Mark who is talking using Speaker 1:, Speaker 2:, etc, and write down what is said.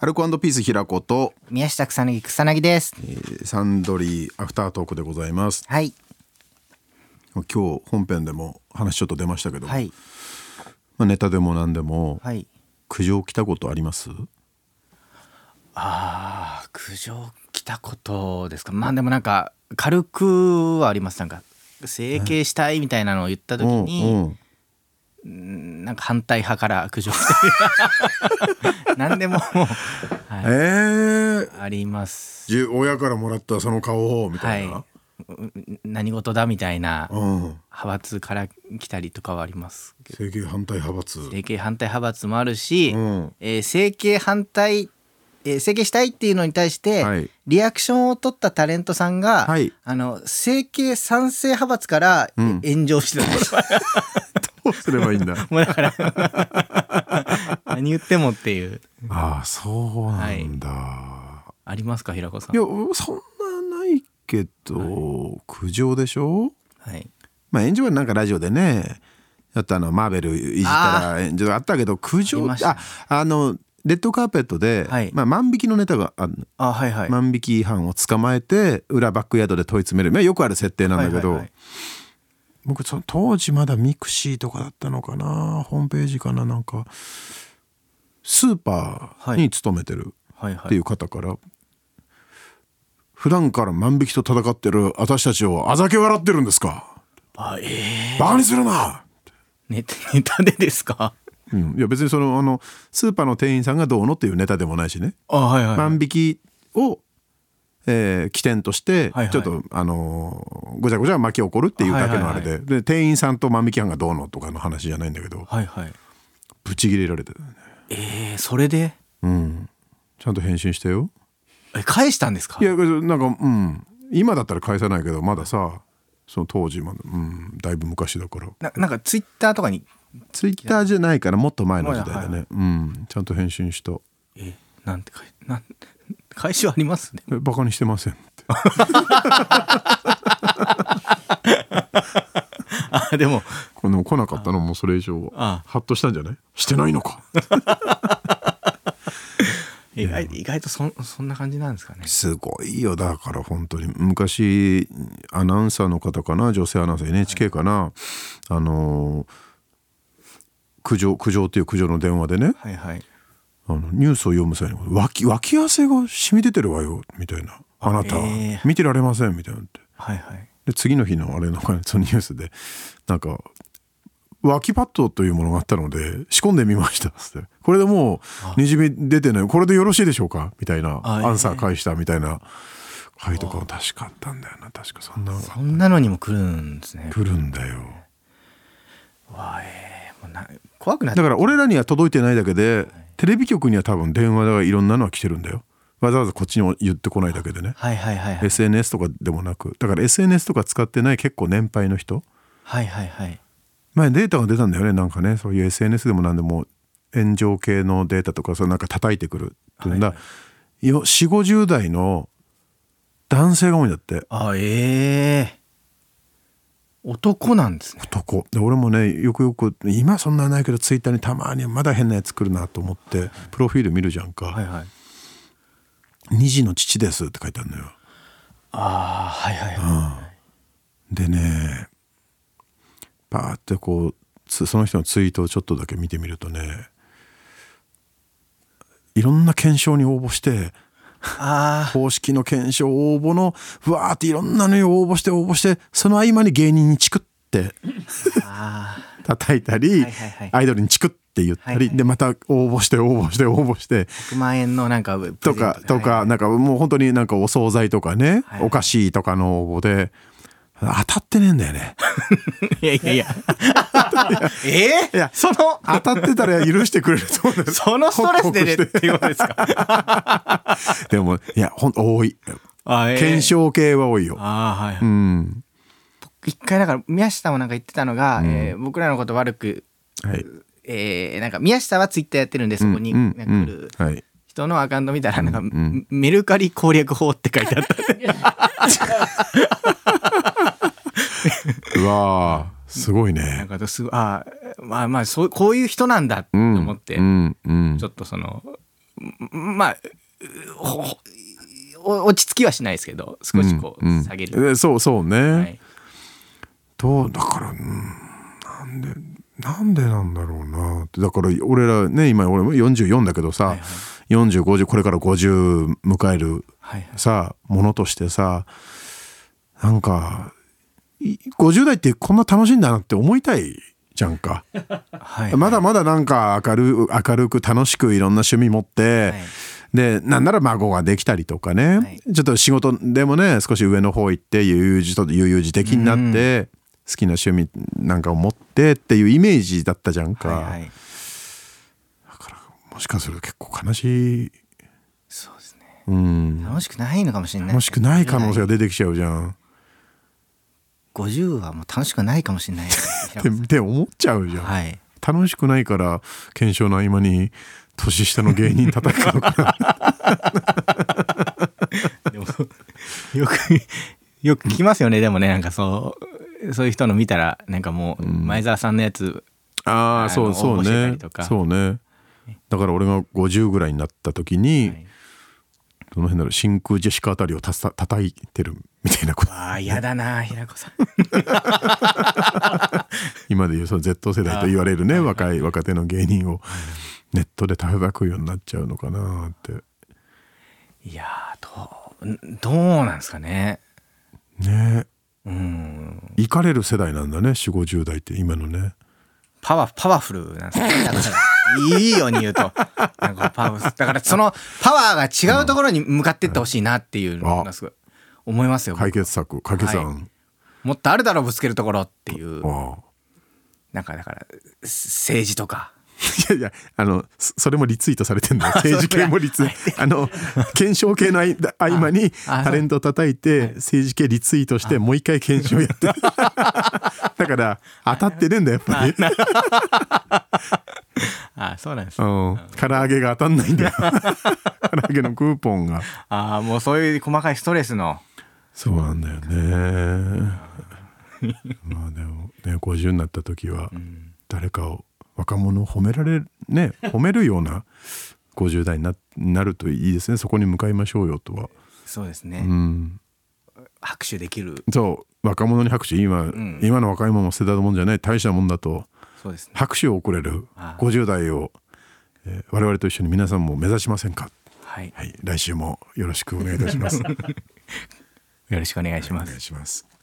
Speaker 1: アルコピース平子と
Speaker 2: 宮下草薙草薙です。
Speaker 1: サンドリーアフタートークでございます
Speaker 2: はい。
Speaker 1: 今日本編でも話ちょっと出ましたけど、
Speaker 2: はい。
Speaker 1: まあ、ネタでも何でも、
Speaker 2: はい。
Speaker 1: 苦情来たことあります
Speaker 2: ああ、苦情来たことですか。まあでもなんか軽くはあります。なんか整形したいみたいなのを言った時に、
Speaker 1: ん
Speaker 2: うんなんか反対派から苦情来た。 何でももう、
Speaker 1: え
Speaker 2: は
Speaker 1: ー
Speaker 2: い、あります。
Speaker 1: じ親からもらったその顔をみた
Speaker 2: はいい
Speaker 1: な、。
Speaker 2: う何事だみたいな
Speaker 1: うん、
Speaker 2: 派閥から来たりとかはありますけど。
Speaker 1: 整形反対派閥
Speaker 2: 整形反対派閥もあるし。
Speaker 1: うん
Speaker 2: えー整形反対、えー整形したいっていうのに対して、
Speaker 1: はい
Speaker 2: リアクションを取ったタレントさんが、
Speaker 1: はい
Speaker 2: あの整形賛成派閥から、
Speaker 1: ん
Speaker 2: 炎上してた んですよ
Speaker 1: どうすればいいんだ
Speaker 2: もうだから何言ってもっていう
Speaker 1: ああそうなんだ、
Speaker 2: ありますか平子さん
Speaker 1: い、やそんなないけど、苦情でしょ
Speaker 2: はい、
Speaker 1: まあ炎上はなんかラジオでねやったあのマーベルいじったら炎上あったけど苦
Speaker 2: あ
Speaker 1: 情
Speaker 2: り
Speaker 1: あ
Speaker 2: ましたね
Speaker 1: あのレッドカーペットで、
Speaker 2: はい
Speaker 1: まあ、万引きのネタがあるの
Speaker 2: あはいはい、
Speaker 1: 万引き犯を捕まえて裏バックヤードで問い詰める、まあ、よくある設定なんだけど、
Speaker 2: はいはいはい
Speaker 1: 僕その当時まだミクシーとかだったのかなホームページかななんかスーパーに勤めてる
Speaker 2: はいはい
Speaker 1: っていう方から、普段から万引きと戦ってる私たちをあざけ笑ってるんですか
Speaker 2: あえ
Speaker 1: バカにするな
Speaker 2: ー、ネタネタでですか
Speaker 1: うん、いや別にそのあのスーパーの店員さんがどうのっていうネタでもないしね、
Speaker 2: あはいはい、
Speaker 1: 万引きを、えー起点として
Speaker 2: はいはい
Speaker 1: ちょっと、あのーごちゃごちゃ巻き起こるっていうだけのあれで,、
Speaker 2: はい
Speaker 1: で店員さんと万引き犯がどうのとかの話じゃないんだけど
Speaker 2: はいはい
Speaker 1: ブチ切れられてたね
Speaker 2: えー、それで
Speaker 1: うんちゃんと返信してよ
Speaker 2: え返したんですか
Speaker 1: いやなんかうん今だったら返さないけどまださその当時までうんだいぶ昔だから
Speaker 2: ななんかツイッターとかに
Speaker 1: ツイッターじゃないからもっと前の時代だね、
Speaker 2: はいは
Speaker 1: うんちゃんと返信した
Speaker 2: えなんて返なん返しはありますね
Speaker 1: えバカにしてませんって
Speaker 2: あでも
Speaker 1: この来なかったのもそれ以上
Speaker 2: あ
Speaker 1: はハッとしたんじゃないしてないのか
Speaker 2: 意外意外とそんそんな感じなんですかね。
Speaker 1: すごいよだから本当に昔アナウンサーの方かな女性アナウンサー NHK かな、あのー苦情苦情っていう苦情の電話でね
Speaker 2: はいはい。
Speaker 1: あのニュースを読む際に脇脇汗が染み出てるわよみたいなあなた、
Speaker 2: えー
Speaker 1: 見てられませんみたいなのって
Speaker 2: はいはい。
Speaker 1: で次の日のあれのそのニュースでなんか脇パッドというものがあったので仕込んでみましたっつってこれでもうにじみ出てないこれでよろしいでしょうかみたいな
Speaker 2: あええ
Speaker 1: アンサー返したみたいな回とかも確かあったんだよな確かそんなのが
Speaker 2: そんなのにも来るんですね。
Speaker 1: 来るんだよ
Speaker 2: わえーもうな怖くなっ
Speaker 1: だから俺らには届いてないだけでテレビ局には多分電話がいろんなのは来てるんだよわざわざこっちに言ってこないだけでね
Speaker 2: はいはいはいはい。
Speaker 1: SNS とかでもなくだから SNS とか使ってない結構年配の人
Speaker 2: はいはいはい。
Speaker 1: 前データが出たんだよねなんかねそういう SNS でも何でも炎上系のデータとかそれなんか叩いてくるっていうんだ、
Speaker 2: はい
Speaker 1: よ4 5 0代の男性が多いんだって
Speaker 2: あええー。男なんですね。
Speaker 1: 男で俺もねよくよく今そんなないけどツイッターにたまにまだ変なやつ来るなと思ってプロフィール見るじゃんか「
Speaker 2: はいはい。
Speaker 1: 二児の父です」って書いてあるのよ。
Speaker 2: ああはいはいは
Speaker 1: でねパーってこうつその人のツイートをちょっとだけ見てみるとねいろんな検証に応募して
Speaker 2: い。あ
Speaker 1: 公式の検証応募のふわーっていろんなのに応募して応募してその合間に芸人にチクって
Speaker 2: ああ
Speaker 1: 叩いたり、
Speaker 2: はいはいはい
Speaker 1: アイドルにチクって言ったり、
Speaker 2: はいはい
Speaker 1: でまた応募して応募して応募して
Speaker 2: ー100万円のなんかプレゼン
Speaker 1: と
Speaker 2: ト
Speaker 1: か
Speaker 2: が
Speaker 1: とか、なんかもう本当になんかお惣菜とかね、
Speaker 2: はいはい
Speaker 1: お菓子とかの応募で当たってねえんだよね。
Speaker 2: いやい やいや。ええ
Speaker 1: いや
Speaker 2: その
Speaker 1: 当たってたら許してくれると思うん です
Speaker 2: そのストレスでねっ
Speaker 1: 報告して
Speaker 2: いうことですか。
Speaker 1: てでもいやほんと多い
Speaker 2: あえー
Speaker 1: 検証系は多いよ。
Speaker 2: ああはいはい。
Speaker 1: うん
Speaker 2: 一回だから宮下もなんか言ってたのが、えー僕らのこと悪く、
Speaker 1: はい、
Speaker 2: えーなんか宮下はツイッターやってるんでそこに
Speaker 1: うん
Speaker 2: なん
Speaker 1: うん
Speaker 2: か来る
Speaker 1: はい
Speaker 2: 人のアカウント見たらなんか、メルカリ攻略法って書いてあった
Speaker 1: うわーすごい
Speaker 2: なん
Speaker 1: ね。
Speaker 2: かすごいあーまあまあそうこういう人なんだって思って、
Speaker 1: うんうん
Speaker 2: ちょっとそのまあほほお落ち着きはしないですけど少しこ
Speaker 1: ん
Speaker 2: うん下げる、
Speaker 1: えそうそうね、
Speaker 2: はい、
Speaker 1: どうだから、うん、なんでなんでなんだろうなってだから俺らね今俺も44だけどさ、
Speaker 2: はいはい
Speaker 1: 4050これから50迎える
Speaker 2: はいはい
Speaker 1: さものとしてさなんかい50代ってこんな楽しいんだなって思いたいじゃんか。
Speaker 2: はい
Speaker 1: まだまだなんか明る明るく楽しくいろんな趣味持って、
Speaker 2: はい
Speaker 1: でなんなら孫ができたりとかね、
Speaker 2: はい
Speaker 1: ちょっと仕事でもね少し上の方行って悠々自と悠々自適になって、好きな趣味なんかを持ってっていうイメージだったじゃんか、
Speaker 2: はいはい
Speaker 1: もしかすると結構悲しい、
Speaker 2: そうですね
Speaker 1: うん、
Speaker 2: 楽しくないのかもしれない
Speaker 1: 楽しくない可能性が出てきちゃうじゃん
Speaker 2: 50はもう楽しくないかもしれない ですね
Speaker 1: ってって思っちゃうじゃん、
Speaker 2: はい
Speaker 1: 楽しくないから検証の合間に年下の芸人叩くのか
Speaker 2: でもよく よく聞きますよねでもねなんかそうそういう人の見たらなんかもう前澤さんのやつ
Speaker 1: ああ
Speaker 2: あ
Speaker 1: そう
Speaker 2: の
Speaker 1: そう
Speaker 2: 応募してた
Speaker 1: ね
Speaker 2: りとか
Speaker 1: そうねだから俺が50ぐらいになった時に、
Speaker 2: はい
Speaker 1: どの辺だろう真空ジェシカあたりをたた叩いてるみたいなこと
Speaker 2: ああ嫌だな平子さん
Speaker 1: 今で言うその Z 世代と言われるね若い若手の芸人をネットで叩くようになっちゃうのかなって
Speaker 2: いやーどうどうなんですかね
Speaker 1: ね
Speaker 2: うん
Speaker 1: 行かれる世代なんだね4 5 0代って今のね
Speaker 2: パワパワフルなんですねだからいいように言うとなんかパワだからそのパワーが違うところに向かってってほしいなっていうのがすごい思いますよ、
Speaker 1: 解決策解決案、
Speaker 2: もっとあるだろうぶつけるところっていう
Speaker 1: ああ
Speaker 2: なんかだから政治とか
Speaker 1: いやいやあのそそれもリツイートされてるんだよ政治系もリツイートあの検証系の合間合間に
Speaker 2: ああ
Speaker 1: タレント叩いて政治系リツイートしてもう一回検証や ってるだから当たってねえんだやっぱり、
Speaker 2: あそうなんです
Speaker 1: う
Speaker 2: あ
Speaker 1: ん、唐揚げが当たんないんだ よ唐揚げのクーポンが
Speaker 2: あもうそういう細かいストレスの
Speaker 1: そうなんだよね まあでもね50になった時は誰かを若者を褒められるね褒めるような50代にななるといいですねそこに向かいましょうよとは。
Speaker 2: そうですね、
Speaker 1: うん、
Speaker 2: 拍手できる
Speaker 1: そう若者に拍手今、
Speaker 2: ん
Speaker 1: 今の若い者も捨てたもんじゃない大したもんだと
Speaker 2: そうですね
Speaker 1: 拍手を送れる
Speaker 2: ああ
Speaker 1: 50代を、えー我々と一緒に皆さんも目指しませんか、
Speaker 2: はい
Speaker 1: はい、来週もよろしくお願いいたしますお
Speaker 2: よろしくお願いします
Speaker 1: 願いします